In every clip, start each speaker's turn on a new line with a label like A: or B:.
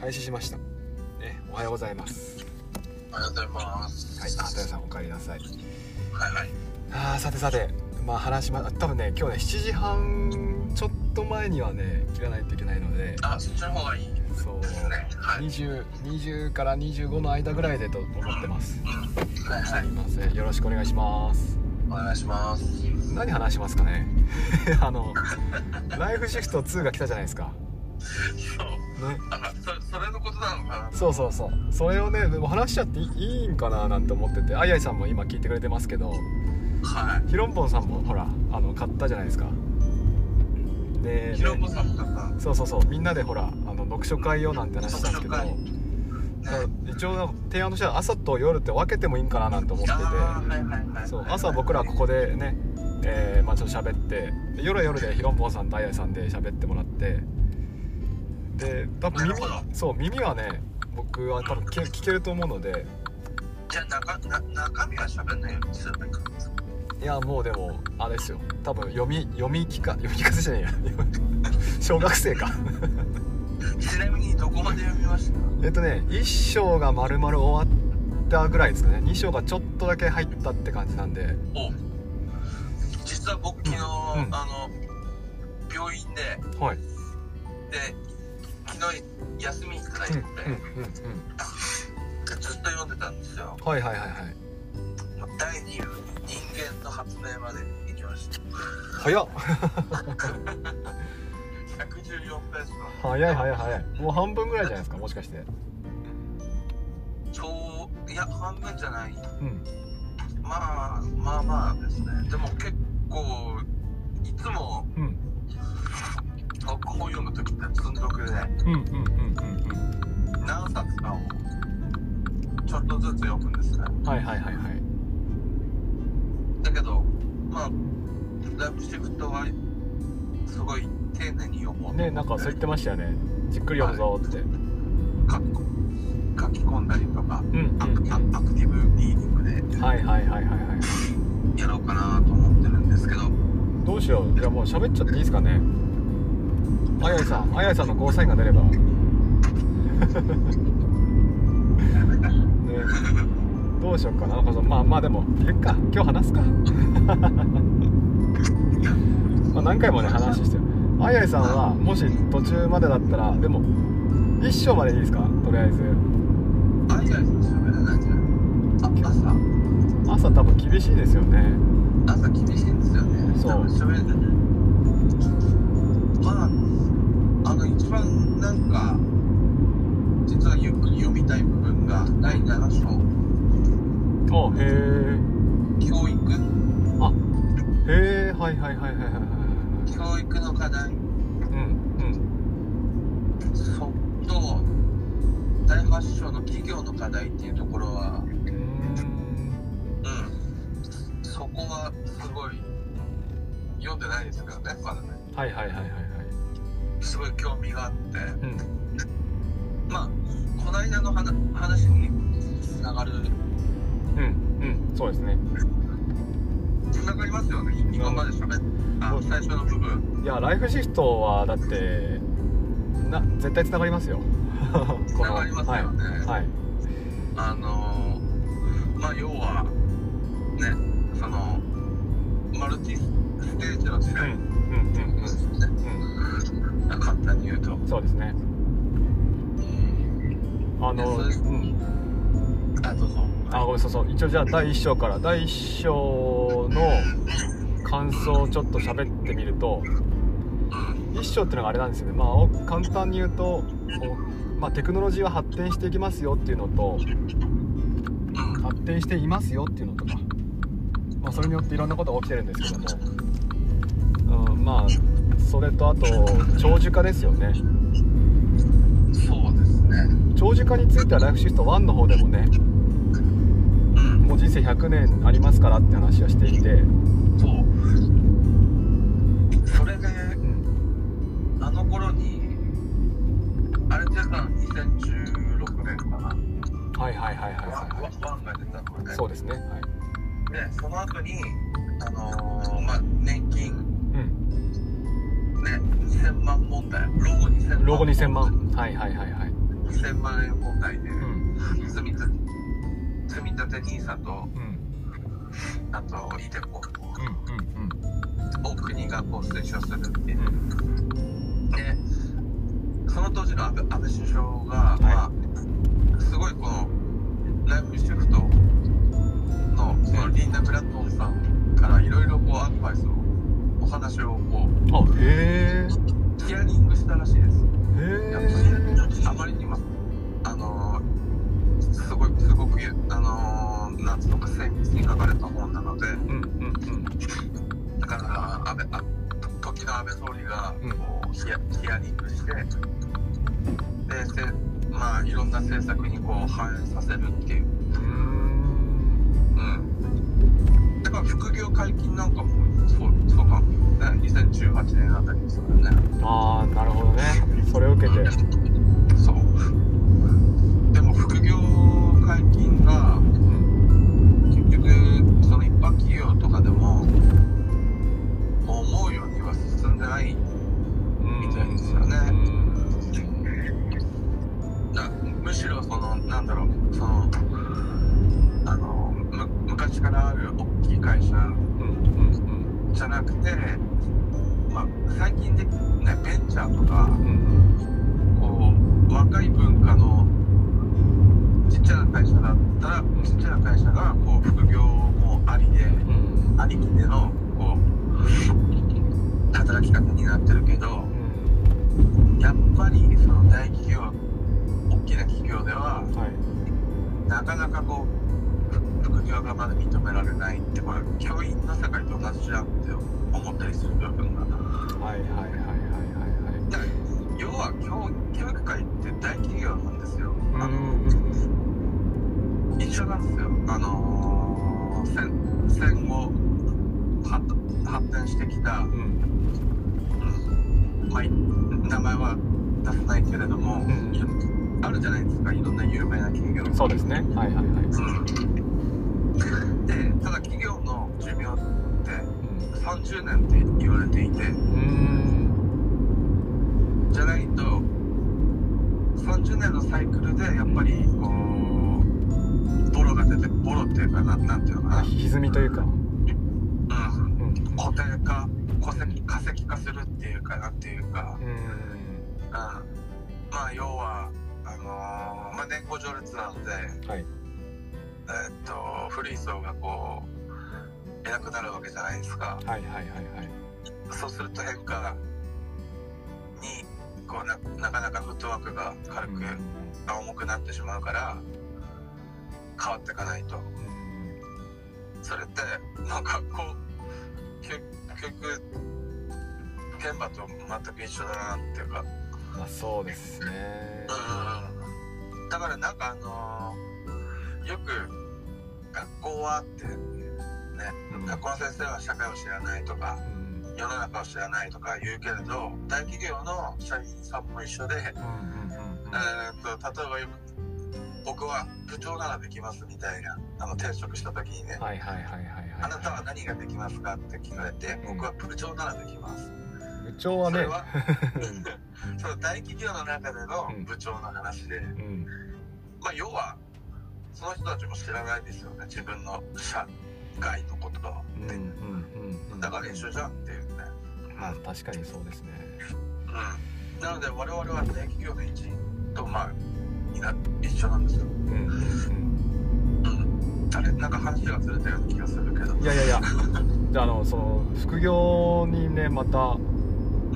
A: 開始しました、ね、おはようございます
B: ありがとうございます。
A: はいあたよさんお帰りなさい
B: はいはい。
A: あーさてさてまあ話しま多分ね今日ね7時半ちょっと前にはね切らないといけないので
B: あ、そっちの方がいい。
A: そう
B: ですねはい
A: 2020から25の間ぐらいでと思ってます
B: うん。はいは
A: す
B: い
A: み。ませんよろしくお願いします
B: お願いします。
A: 何話しますかね あのライフシフト2が来たじゃないですか
B: そう。
A: ね
B: あ、そそれのことなのか
A: そうそうそうそれをねでも話しちゃっていいいんかななんて思っててあいあいさんも今聞いてくれてますけど
B: な。は
A: ひろんぽんさんもほらあの買ったじゃないですかで、
B: い。ひろこ
A: ね、
B: さんから。
A: そうそうそうみんなでほらあの読書会よなんて話したんですけど
B: 読書ね。
A: 一応提案としては朝と夜って分けてもいいんかななんて思って
B: あー
A: て
B: はいはいはい。
A: そう朝僕らはここでね、えーまあ、ちょっと喋ってで夜は夜でひろんぽんさんとあいあいさんで喋ってもらってで多分
B: なるほ
A: 耳そう耳はね僕は多分聞聞けると思うので
B: じゃあ中な中身は喋んないようにすればいいか。
A: いやもうでもあれですよ多分読み読み聞か読み聞かせじゃねえや 小学生か
B: ちなみにどこまで読みました。
A: えっとね1章が丸々終わったぐらいですかね2章がちょっとだけ入ったって感じなんで
B: お。実は僕昨日、
A: ん
B: あの病院で
A: はい
B: で昨日休みいただい
A: うんう
B: て、
A: んうんうん
B: ずっと読んでたんですよ。
A: はいはいはいはい
B: 第2部人間の発明まで行きました
A: 早っ
B: 114ページの
A: 早い早い早いもう半分ぐらいじゃないですかもしかして
B: 超いや半分じゃない
A: うん
B: まあまあまあですねでも結構いつも
A: うん
B: 僕本読む時って積んどくで
A: うんうんうんうん
B: 何冊かをちょっとずつ読むんですね
A: うんはいはいはいはい
B: だけどまあライブシフトはすごい丁寧に読もう
A: ねなんかそう言ってましたよねじっくり読むぞってうん
B: 書き書き込んだりとか
A: うん
B: ア
A: う
B: クア
A: ん
B: アクティブリーディングで
A: はいはいはいはいはい
B: やろうかなと思ってるんですけど
A: どうしようじゃあもう喋っちゃっていいですかねあやいさんあやいさんのゴーサインが出ればねどうしようかななんかそのまあまあでもいっか今日話すかまあ何回もね話してよあやいさんはもし途中までだったらでも一章までいいですかとりあえず
B: アイアイと喋れないんじゃないあ朝
A: 朝多分厳しいですよね
B: 朝厳しいんですよね
A: そう
B: 多分喋れてまああの一番なんか実はゆっくり読みたい部分が第7章
A: あへえ
B: 教育
A: あへえはいはいはいはいはいはいはい
B: 教育の課題
A: うん
B: そっと第8章の企業の課題っていうところは
A: うんうーん
B: うんそこはすごい読んでないですけどねまだね
A: はいはいはいはいはい
B: すごい興味があって
A: うん
B: まあこの間の話話につながる
A: うんうんそうですね
B: つながりますよね今まで喋ったあ最初の部分
A: いやライフシフトはだってな絶対つながります よこの
B: つながりますよね、
A: はい、はい、
B: あのーまあ要はねそのマルチステージの時
A: うん
B: 代
A: うんうん
B: ね
A: うん
B: 簡単に言うと、
A: うんそうですねあの、
B: そうです
A: うん、
B: あどうぞ
A: あごめんそうそう一応じゃあ第1章から第1章の感想をちょっと喋ってみると
B: うん
A: 1章っていうのがあれなんですよねまあお簡単に言うとこうまあ、テクノロジーは発展していきますよっていうのと
B: うん
A: 発展していますよっていうのとか、まあ、それによっていろんなことが起きてるんですけども、うん、まあそれとあと長寿化ですよね
B: そうですね
A: 長寿化についてはライフシフト1の方でもね
B: うん
A: もう人生100年ありますからって話をしていて、う
B: そうそれで
A: ん、
B: あの頃にあれ出たの2016年かな
A: はいはいはいはい
B: ワン
A: は
B: ワンが出たの
A: い
B: ね
A: そうですねはい
B: でその後にあのーまあ年金
A: うん
B: ね2000万問題老後2000万
A: 老後2000万はいはいはいはい
B: 1000万円問題で、
A: うん
B: 積み立て積み立て NISA と
A: うんうん
B: あとイデコ
A: うん
B: を国がこう推奨するっていう
A: うんうん
B: でその当時の安倍安倍首相が、まあ、すごいこのライフシフトのそのリーナ・ブラッドンさんからいろいろこうアドバイスをお話をこ
A: あへえ
B: うヒアリングしたらしいです
A: へ
B: やっ
A: え
B: ぱりあまりにもあのーすごいすごくあのーなんつうのか精密に書かれた本なので
A: うんうん
B: だから安倍あ時の安倍総理が
A: うん
B: こうヒアヒアリングしてでせまあいろんな政策にこう反映させるっていう、
A: うん
B: うん、だから副業解禁なんかもそうそうかもね2018年あたりですからね
A: ああなるほどねそれを受けて
B: そうでも副業解禁が
A: うん
B: 結局その一般企業とかでも思うようには進んでないみたいですよねなむしろそのなんだろうそのあのむ昔からある大きい会社
A: うんうんうん
B: じゃなくて、まあ、最近で、ね、ベンチャーとか
A: うん
B: こう若い文化のちっちゃな会社だったらちっちゃな会社がこう副業もありで
A: うんうん
B: ありきでのこう働き方になってるけどやっぱりその大企業大きな企業では
A: うんはい
B: なかなかこう副業がまだ認められないってこれ教員の世界と同じじゃんって思ったりする部分が
A: はいはいはいはいはいはい
B: だから要は教教育界って大企業なんですよ
A: う
B: あ
A: ん
B: の
A: うんうん
B: 一緒なんですよあのー戦戦後発発展してきた、
A: うん
B: うんまあ、い名前は出せないけれども、
A: ん
B: いあるじゃないですかいろんな有名な企業
A: そうですねはいはいはい
B: うんでただ企業の寿命って30年って言われていて
A: うん
B: じゃないと30年のサイクルでやっぱりこうボロが出てボロっていうかななんていうの
A: あ
B: か
A: 歪みというか
B: な、う、
A: うんん
B: 固定化戸籍化石化するっていうかなっていうか、
A: うん
B: うん、まあ要はあのーまあ、年功序列なので、
A: はい
B: えーっと古い層がこう偉くなるわけじゃないですか。
A: はいはいはいはい
B: そうすると変化にこうななかなかフットワークが軽く、重くなってしまうから変わっていかないとそれってなんかこう結結局現場と全く一緒だなっていうか
A: まあそうですね
B: だからなんかあのーよく学校はあってね
A: うん
B: 学校の先生は社会を知らないとか
A: うん
B: 世の中を知らないとか言うけれど大企業の社員さんも一緒で、
A: うんうんうんうん
B: えーっと例えばよく僕は部長ならできますみたいなあの転職した時にね、
A: はいはいはいはいはい
B: あなたは何ができますかって聞かれて、僕は部長ならできます。
A: 部長は
B: そ
A: ね
B: れは その大企業の中での部長の話で、
A: うん
B: まあ要はその人たちも知らないですよね自分の社外のことを、
A: うんうんうん
B: だから一緒じゃんっていうね、
A: まあ確かにそうですね
B: うん、なので我々は大企業の一員とまあみんな一緒なんですよ、
A: うんうんうん
B: うん、あれなんか話がずれたような気がするけど
A: いやいやいやであのその副業にねまた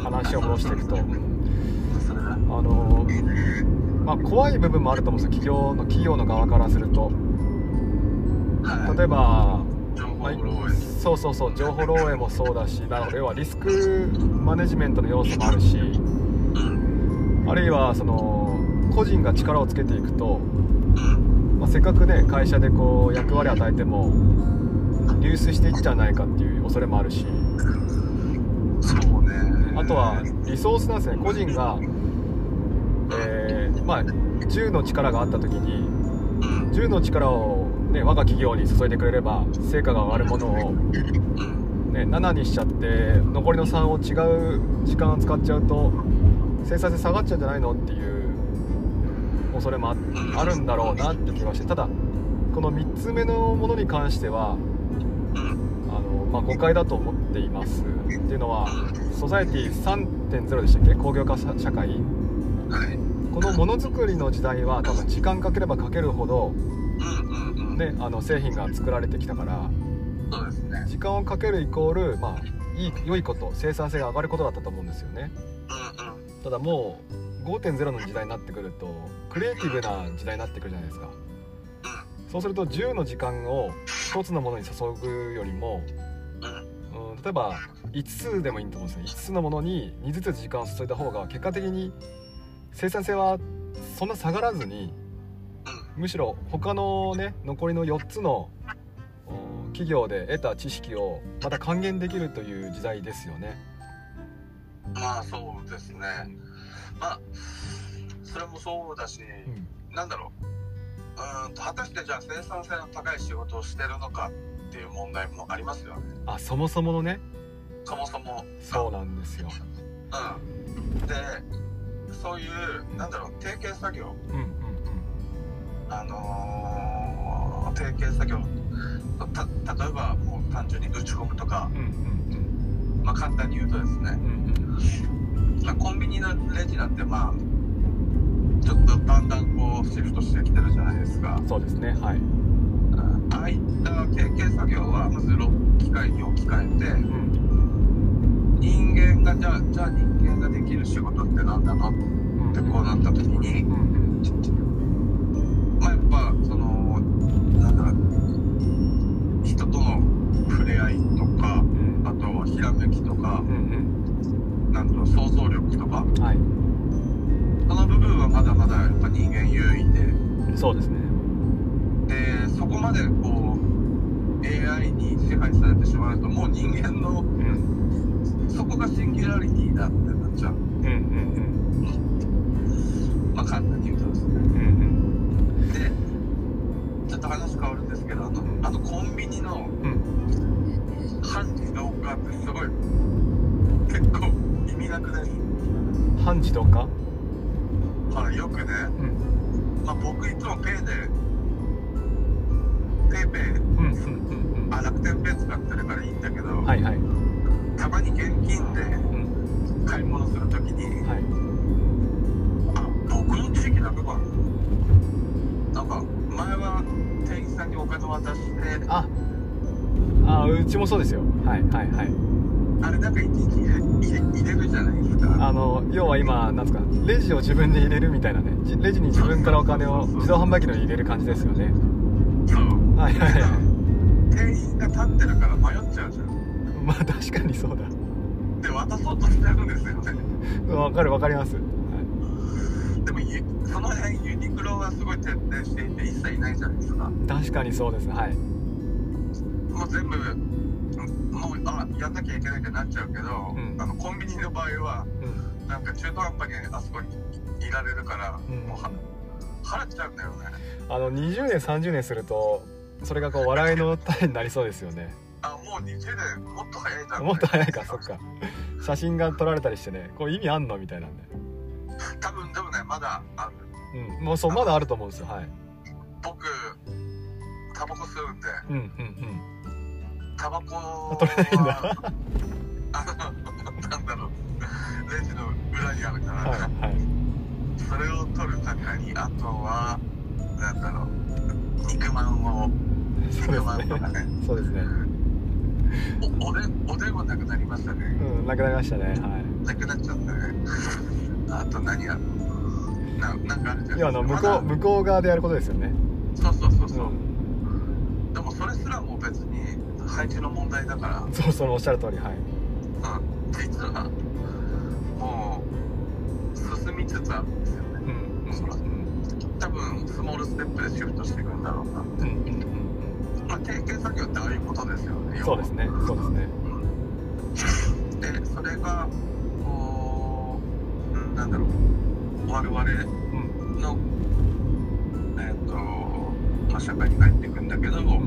A: 話を戻していくと
B: それだ
A: あのまあ怖い部分もあると思うんですよ企業の企業の側からすると
B: はい
A: 例えば
B: 情報
A: はい
B: 漏洩
A: そうそうそう情報漏洩もそうだしなので要はリスクマネジメントの要素もあるし
B: うん
A: あるいはその個人が力をつけていくと、
B: うん
A: まあ、せっかくね会社でこう役割を与えても流出していっちゃわないかっていう恐れもあるし
B: そうね
A: あとはリソースなんですね個人が、えーまあ、10の力があった時に
B: うん
A: 10の力を、ね、我が企業に注いでくれれば成果が上がるものを、
B: うん
A: ね、7にしちゃって残りの3を違う時間を使っちゃうと生産性下がっちゃうんじゃないのっていうもそれもああるんだろうなって気がしてただこの3つ目のものに関しては
B: うん
A: あの、まあ、誤解だと思っていますっていうのは
B: う
A: ソサエティ3.0でしたっけ工業化さ社会
B: んはい
A: このものづくりの時代は多分時間かければかけるほど、
B: うんうんうん
A: ね、あの製品が作られてきたから
B: そうですね
A: 時間をかけるイコール、まあ、いい良いこと生産性が上がることだったと思うんですよね
B: うんうん
A: ただもう5.0の時代になってくるとクリエイティブな時代になってくるじゃないですかそうすると10の時間を1つのものに注ぐよりも、うん、例えば5つでもいいと思うんですよ5つのものに2ずつ時間を注いだ方が結果的に生産性はそんな下がらずにむしろ他のね残りの4つのうん企業で得た知識をまた還元できるという時代ですよね。
B: うんまあそうですねまあそれもそうだし、
A: うん
B: なんだろううーんと果たしてじゃあ生産性の高い仕事をしてるのかっていう問題もありますよね
A: あそもそものね
B: そもそも
A: そうなんですよ。
B: うんでそういうなんだろう提携作業
A: うんうんうん
B: あのー、提携作業た例えばもう単純に打ち込むとか、
A: うんうん
B: まあ、簡単に言うとですね、
A: うんうん
B: まあ、コンビニのレジなんてまあちょっとだんだんこうシフトしてきてるじゃないですか
A: そうですねはい。
B: うんああいった提携作業はまずロ機械に置き換えて、
A: うん
B: 人間がじゃあじゃあ人間ができる仕事って何なのっ
A: うん
B: てこうなった時に
A: うんうん
B: まあやっぱそのなんだろう人との触れ合いと
A: う
B: か
A: ん
B: あとはひらめきとか
A: うん
B: なんだろう想像力とか
A: うんはい
B: その部分はまだまだやっぱ人間優位で
A: そうですね。
B: でそこまでこう AI に支配されてしまうともう人間の
A: うん
B: そこがシンギュラリティだってなっちゃう
A: うんうん
B: まあ簡単に言うとです
A: うん
B: ね
A: うん
B: でちょっと話変わるんですけどあのあのコンビニの
A: うんうん
B: 半自動化ってすごい結構意味なくない
A: 半自動化。
B: はいよくね、
A: うん
B: まあ、僕いつもペイでペイペイ
A: うんうんうん
B: あ楽天ペイ使ってるからいいんだけど、
A: うんはいはい。
B: たまに現金で
A: うん
B: 買い物するときに
A: はい。
B: あ僕の地域だけかななんか前は店員さんにお金渡して
A: ああうちもそうですよはいはいはい
B: あれなんかいちいち入れ入れ入れるじゃないですか
A: あの要は今なんですかレジを自分で入れるみたいなねじレジに自分からお金を自動販売機のに入れる感じですよね
B: そう
A: はいはいはい
B: 店員が立ってるから迷っちゃうじゃん
A: まあ確かにそうだ
B: で渡そうとしてるんですよね
A: わかるわかります、はい、
B: でもゆその辺ユニクロはすごい徹底していて一切ないじゃないですか
A: 確かにそうですねはい
B: もう全部んもうあやんなきゃいけないってなっちゃうけど、
A: うん
B: あのコンビニの場合は
A: うん
B: なんか中途半端にあそこにいいられるから、
A: うん
B: もうは払っちゃうんだよね
A: あの20年30年するとそれがこう笑いの種になりそうですよ ね
B: あもう20年もっと早いじゃん
A: もっと早いかそっか写真が撮られたりしてねこう意味あんのみたいなんで
B: 多分でもねまだあの
A: うんもうそうまだあると思うんですよはい
B: 僕タバコ吸うんで
A: うんうん
B: タバコは
A: 取れないんだ
B: あのなんだろうレジの裏にあるから、
A: うんはいはい
B: それを取る中にあとはなんだろう肉まんを
A: そう
B: 肉
A: です
B: まんとか
A: ね
B: ね
A: そうですね
B: おおでんおでんもなくなりましたね
A: うんなくなりましたねはい
B: なくなっちゃったね あと何やななんかあるじゃない
A: 要はあの向こう
B: まだ
A: 向こう側でやることですよね。
B: そうそうそう
A: う
B: そう、
A: ん、
B: でもそれすらもう別に配置の問題だか
A: そうそのおっしゃる通りはい。
B: らうん実はもう進みつつあるんですよね
A: うんうん
B: 多分スモールステップでシフトしていくんだろうな
A: うんうんうん
B: まあ、提携作業ってああいうことですよね
A: うん。そうですねそうですね。
B: 要はでそれがこう、うん、なんだろう我々
A: うん
B: のえっ、と、まあ、社会に入っていくんだけどこ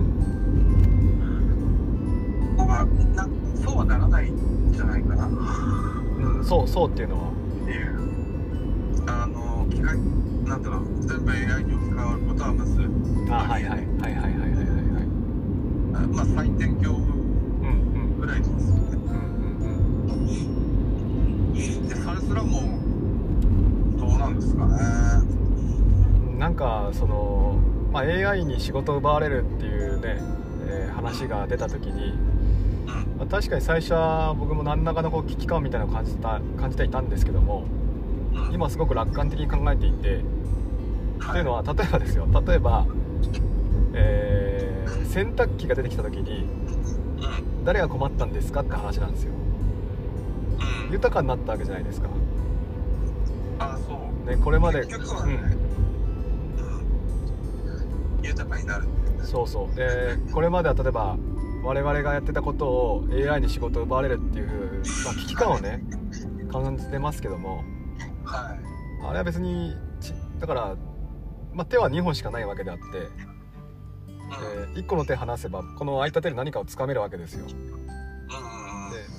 B: こがなそうはならないんじゃないかなっ
A: うん、そうそうっていうのは
B: ていうあの機械なんだろう全部 AI に置き換わることはまず
A: あはいはいはいはいはいはいはいはい
B: あまあ採点業務
A: うんうん
B: ぐらいですよね
A: うんうん
B: でそれすらもどうなんですかね
A: うんなんかその、まあ、AI に仕事を奪われるっていうね、えー話が出た時に、
B: うん
A: まあ、確かに最初は僕も何らかのこう危機感みたいなのを感じた感じていたんですけども
B: うん
A: 今すごく楽観的に考えていてと
B: は
A: いうのは例えばですよ例えば、えー洗濯機が出てきた時に
B: うん
A: 誰が困ったんですかって話なんですよ
B: うん
A: 豊かになったわけじゃないですか、
B: あそう
A: ね、これまで、
B: 結局はね、うん、豊かになる
A: うん、そうそうでこれまでは例えば我々がやってたことを AI に仕事を奪われるっていう、まあ、危機感をね感じてますけども
B: はい
A: あれは別にちだから、まあ、手は2本しかないわけであって、
B: うん
A: え1個の手離せばこの空いた手で何かをつかめるわけですよ
B: うんうん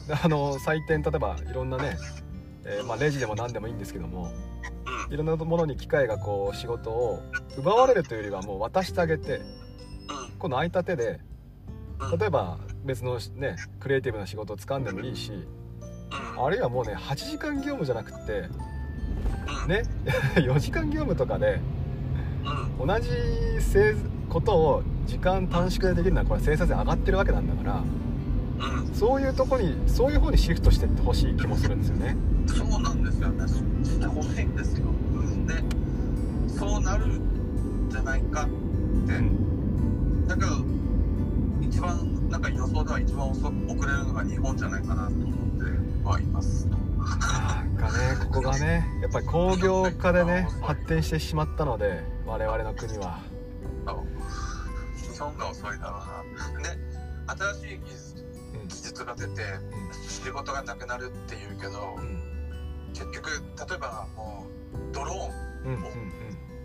A: であの採点例えばいろんなね、えーまあ、レジでも何でもいいんですけどもいろんなものに機械がこう仕事を奪われるというよりはもう渡してあげてこの空いた手で
B: うん
A: 例えば別のねクリエイティブな仕事を掴んでもいいしあるいはもうね8時間業務じゃなくって
B: うん
A: ね 4時間業務とかで
B: うん
A: 同じせことを時間短縮でできるのはこれ生産性上がってるわけなんだから
B: うん
A: そういうとこにそういう方にシフトしてってほしい気もするんですよね。
B: そうなんですよね。してほしいんですよ。で、そうなるんじゃないかって。
A: うん
B: だから、一番、なんか予想では一番遅遅れるのが日本じゃないかなと思ってはいます。
A: なんかねここがねやっぱり工業化でね発展してしまったので我々の国は。
B: 日本が遅いだろうな。ね、新しい技術
A: うん
B: 技術が出て、仕事がなくなるっていうけど
A: う、ん
B: 結局、例えばもう、ドロー
A: うん
B: ン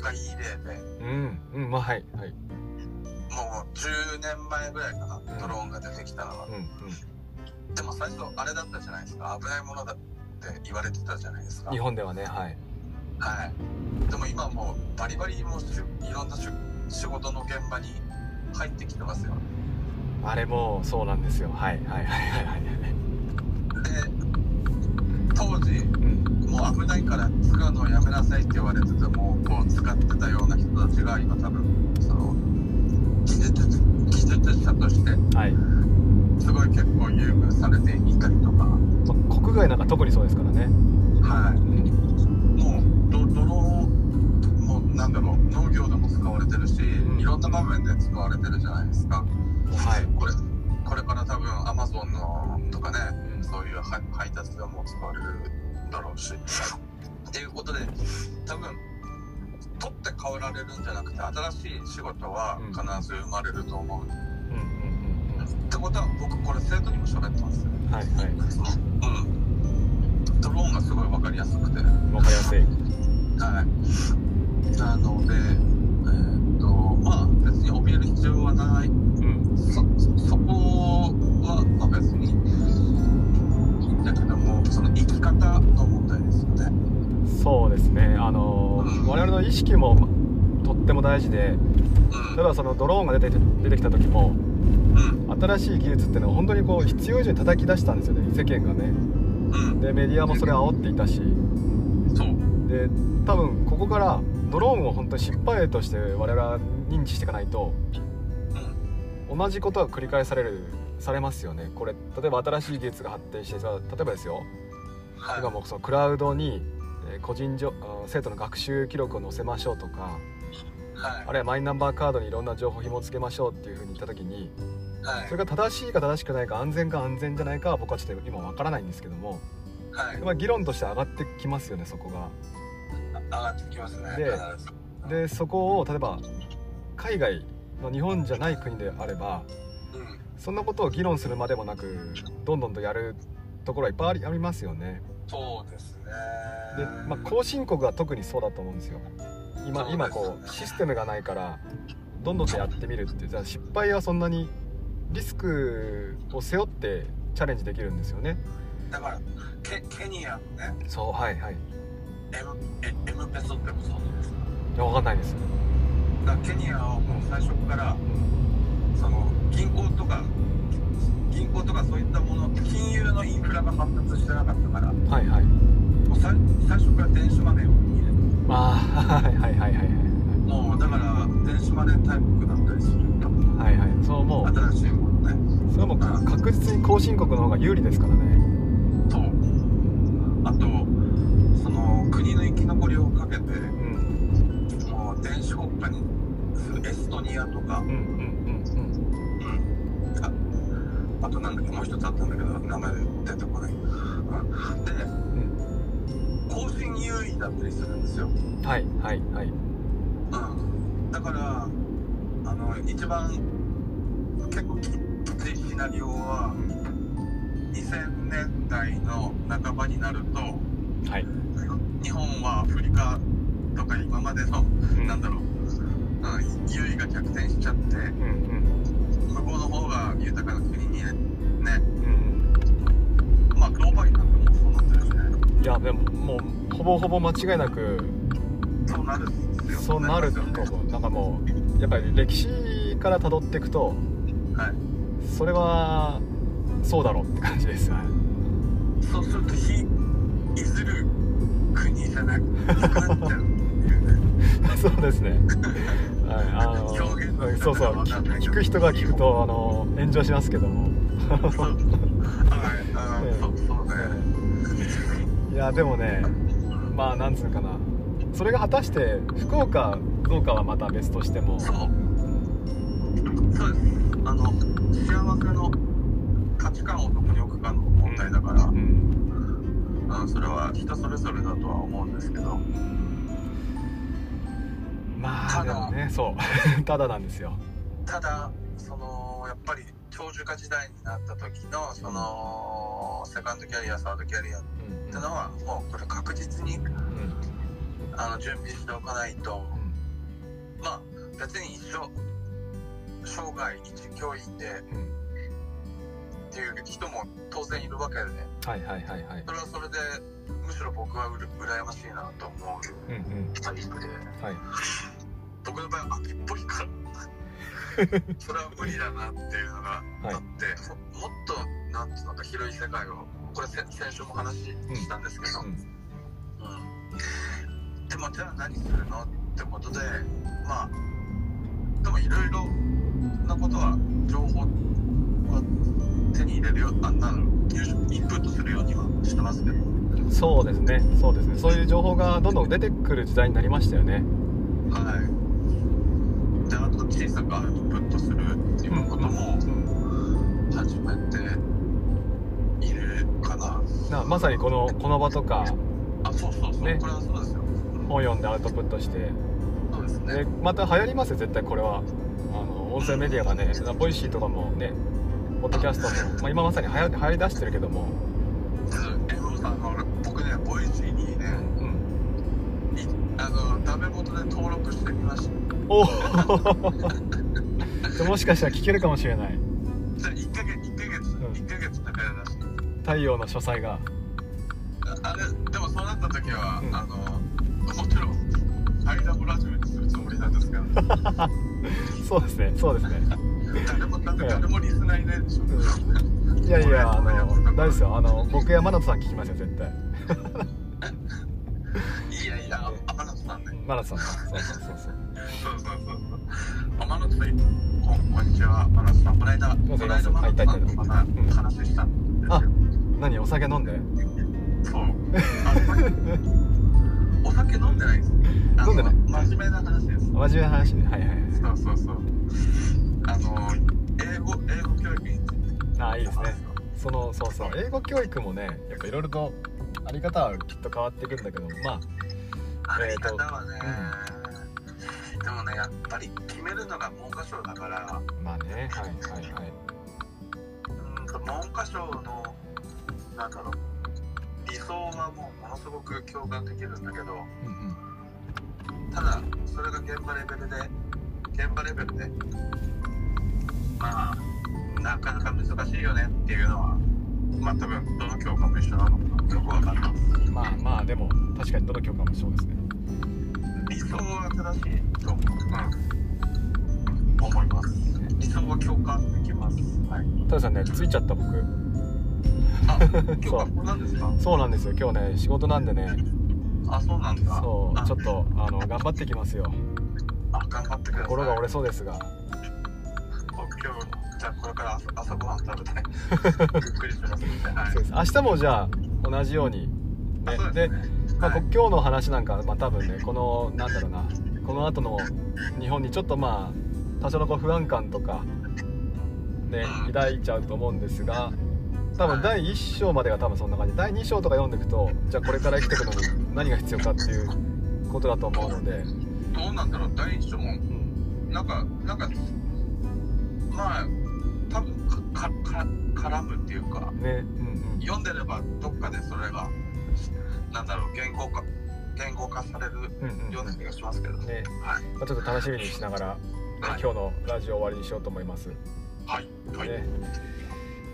B: がいい例で、
A: うんうんうんうんまあはいはい
B: もう10年前ぐらいかな、ドローンが出てきたのは
A: うん。うん
B: でも最初あれだったじゃないですか危ないものだって言われてたじゃないですか
A: 日本ではねはい
B: はいでも今もうバリバリもうしいろんなし仕事の現場に入ってきてますよ
A: あれもそうなんですよはいはいはいはいはい
B: で当時
A: うん
B: もう危ないから使うのをやめなさいって言われててもこう使ってたような人たちが今多分その技術技術者として
A: はい、ます
B: ごい結構優遇されていたりとか
A: あ国外なんか特にそうですからね
B: はい
A: うん
B: もうど泥もうなんだろう農業でも使われてるし、
A: ん
B: いろんな場面で使われてるじゃないですか
A: はい
B: これこれから多分アマゾンのとかね
A: うん
B: そういう配配達がもう使われるだろうしっていうことで多分取って代わられるんじゃなくて新しい仕事は
A: うん
B: 必ず生まれると思う、
A: うんうん
B: ってことは僕これ生徒にも喋ってますよ
A: うんはいはい
B: うんドローンがすごい分かりやすくて
A: わかりやすい
B: はい。なので、えーっと、まあ、別に怯える必要はない。
A: うん
B: そ、そこは、まあ、別に。いいんだけども、その生き方の問題ですよね。
A: そうですねあの
B: うん
A: 我々の意識もとっても大事で
B: うん
A: 例え。ばそのドローンが出て出てきた時も
B: うん。
A: 新しい技術ってのは本当にこう必要以上に叩き出したんですよね世間がね
B: うん。
A: でメディアもそれを煽っていたし
B: そう。
A: で多分ここからドローンを本当に失敗例として我々は認知していかないと
B: うん。
A: 同じことが繰り返されるされますよねこれ例えば新しい技術が発展してさ例えばですよ
B: はい。
A: 今もうそのクラウドにえー個人情あ生徒の学習記録を載せましょうとか
B: はい
A: あ。るいはマイナンバーカードにいろんな情報を紐付けましょうっていうふうに言った時に
B: はい
A: そ。れが正しいか正しくないか安全か安全じゃないかは僕はちょっと今わからないんですけども、
B: はい。
A: まあ、議論として上がってきますよねそこが。
B: 上がってきますね。
A: で
B: 必ず
A: でそこを例えば海外の日本じゃない国であれば
B: うん。
A: そんなことを議論するまでもなくどんどんとやるところはいっぱいありありますよね
B: そうですね。
A: で、まあ、後進国は特にそうだと思うんですよ今今
B: そう
A: こう
B: です
A: シ
B: ね
A: ステムがないからどんどんとやってみるっていうじゃあ失敗はそんなにリスクを背負ってチャレンジできるんですよね
B: だから、ケ、ケニアのね、
A: そうはいはい
B: M, え M ペソってご存知ですか
A: いやわかんないです
B: だからケニアはもう最初からその銀行とか銀行とかそういったもの金融のインフラが発達してなかったからも
A: はいはいう
B: さ最初から電子マネーを入れて
A: あーはいはいはいはい
B: もうだから電子マネー大国だったりすると
A: はいはいそうもう
B: 新しいものね
A: それはもうか確実に後進国の方が有利ですからね
B: とあとその国の生き残りをかけて
A: うん
B: もう電子国家にするエストニアとか
A: うんうんうん
B: ああとなんだっけもう一つあったんだけど名前出てこない、うん、で
A: うん
B: 更新優位だったりするんですよ、
A: うんはいはいはい
B: うん、だからあの一番結構きついシナリオは2000年代の半ばになると
A: はい
B: 日本はアフリカとか今までの
A: うん
B: なんだろう、うん、優位が逆転しちゃって
A: うんうん
B: 向こうの方が豊かな国にね
A: うん
B: まあドバイなんかもそうなってるしね
A: いやでももうほぼほぼ間違いなく
B: そうなるんですよ
A: そうなると
B: りますよね
A: 思うなんかもうやっぱり歴史から辿っていくと
B: はい
A: それはそうだろうって感じですよね
B: そうすると非いずる国じゃなくなっちゃうっていうね
A: そうですね。はい、あの
B: 表現の仕方が
A: そうそう、
B: わかんない
A: 聞
B: けど
A: く人が聞くと、あの炎上しますけども。
B: そうはいあーそうそうね
A: いや、でもね、まあ、なんつうのかな。それが果たして福岡どうかはまた別としても。
B: そうそうですあの幸せの価値観をどこに置くかの問題だから、
A: うん、
B: うん、それは人それぞれだとは思うんですけど
A: まあ、
B: た
A: で
B: だ
A: もね、そう、 ただなんですよ。
B: ただそのやっぱり長寿化時代になった時のそのセカンドキャリアサードキャリアっ
A: うん
B: てのはもうこれ確実に
A: うんうん
B: あの準備しておかないとまあ別に一生生涯一教員で
A: うんうん
B: っていう人も当然いるわけでね
A: はいはいはいはい。
B: それはそれでむしろ僕はうる羨ましいなと思う
A: うんうん。
B: タイプで
A: はい。
B: 僕の場合は秋っぽいからそれは無理だなっていうのが
A: はい
B: あって、ももっとなんつうのか広い世界をこれせ先週も話したんですけど、
A: うん
B: うん、でもじゃあ何するのってことでまあでもいろいろなことは情報は手に入れるよあなんだろうインプットするようにはしてますけど
A: そうですね。そうですね。そういう情報がどんどん出てくる時代になりましたよね。
B: はいであと小さくアウトプットするっていうこと
A: う
B: も
A: ん
B: 始めているかな
A: なまさにこのこの場とか
B: あそうそうそう、
A: ね
B: これはそうですよ
A: 本読んでアウトプットして
B: そうですね
A: でまた流行りますよ絶対これはあの音声メディアがねボイシーとかもねポッドキャストも、まあ、今まさに流行流行りだしてるけども、
B: 遠藤さんが俺僕ねボイシーにね
A: うん、
B: あのダメ元で登録してみました
A: おお もしかしたら聞けるかもしれない
B: じゃあ1ヶ月1ヶ月、
A: うん
B: 一ヶ月だからだし
A: 太陽の書斎が
B: ああれでもそうなった時は、
A: うん
B: あのもちろんアイラブラジオにするつもりなんですけど
A: そうですねそうですね
B: 誰もだって誰もリスナーいないでしょ、
A: いやいやあの大丈夫ですよあの僕や真人さん聞きますよ絶対
B: いやいや天野さんね
A: 真人さんそうそうそうそう
B: そうそうそうそう天野さんこんこんにちは天野さんこの間
A: うぞ
B: この間
A: はい
B: 天野さ
A: はい
B: んとま
A: うん
B: た話したんですよ
A: あ何お酒飲んで
B: そう。あのお酒飲んでないです。あの
A: 飲んでない
B: 真面目な話です。
A: 真面目な話ねはいはいはい
B: そうそうそう。あの英語英語教育について
A: ああいいですね
B: 話を
A: そのそうそう英語教育もねやっぱいろいろとあり方はきっと変わっていくんだけどま
B: あ
A: え
B: り
A: ーと
B: 方はね、でもねやっぱり決めるのが文科省だから、
A: あまあねはいはいはい
B: うんと文科省のなんだろう。理想はもうものすごく共感できるんだけど
A: うん
B: ただそれが現場レベルで現場レベルでまあなかなか難しいよねっていうのはまあ多分どの教科も一緒なのかよくわかんない
A: うんまあまあでも確確かにどの教科もそうですね
B: 理想は正しいと思う、うん、思います理想は強化できますはい
A: たださんねついちゃった僕
B: あ強化なんですか
A: そうなんですよ今日ね仕事なんでね
B: あそうなんだ
A: そう
B: あ
A: ちょっとあの頑張ってきますよ
B: あ頑張ってください
A: 心が折れそうですが
B: 僕今日じゃあこれから朝朝ごはん食べてゆっくりしますみたいな、はい
A: そうです明日もじゃあ同じように
B: あ
A: ね
B: そう
A: で
B: ですね
A: まあ、
B: は
A: こ
B: い
A: 今日の話なんか、まあ、多分ねこのなんだろうなこの後の日本にちょっとまあ多少のこう不安感とかね
B: うん
A: 抱いちゃうと思うんですが多
B: は
A: 分
B: い
A: 第1章までが多分そんな感じ第2章とか読んでいくとじゃあこれから生きていくのに何が必要かっていうことだと思うので、
B: どうなんだろう第一章も
A: うん
B: なんかなんかまあ多分かかか絡むっていうか
A: ねうん
B: 読んでればどっかでそれがなんだろう言語化言語化される
A: うんうん
B: よう
A: う
B: な気がしますけど
A: んね
B: はい
A: まあ、ちょっと楽しみにしながら、ね
B: はい
A: 今日のラジオ終わりにしようと思います。
B: はいはい、
A: ね、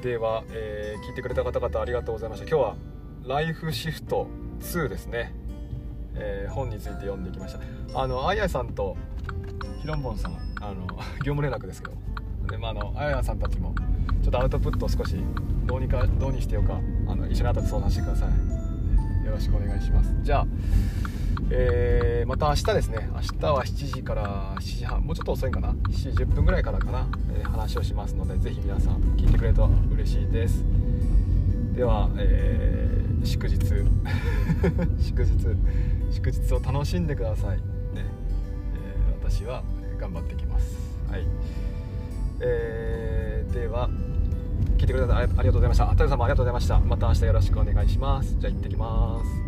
A: では、えー聞いてくれた方々ありがとうございました今日は「ライフシフト2」ですね、えー本について読んできましたあのあやさんとひろんぼんさんあの 業務連絡ですけどで、まあ、あのあやさんたちもちょっとアウトプットを少しどうにかどうにしてようかあの一緒に後で相談してくださいよろしくお願いしますじゃあえーまた明日ですね明日は7時から7時半もうちょっと遅いかな7時10分ぐらいからかな、えー話をしますのでぜひ皆さん聞いてくれると嬉しいですでは、えー祝日 祝日祝日を楽しんでください、ねえー私は頑張ってきますはいえーでは聞いてくれた方ありありがとうございましたあたるさんもありがとうございましたまた明日よろしくお願いしますじゃあ行ってきます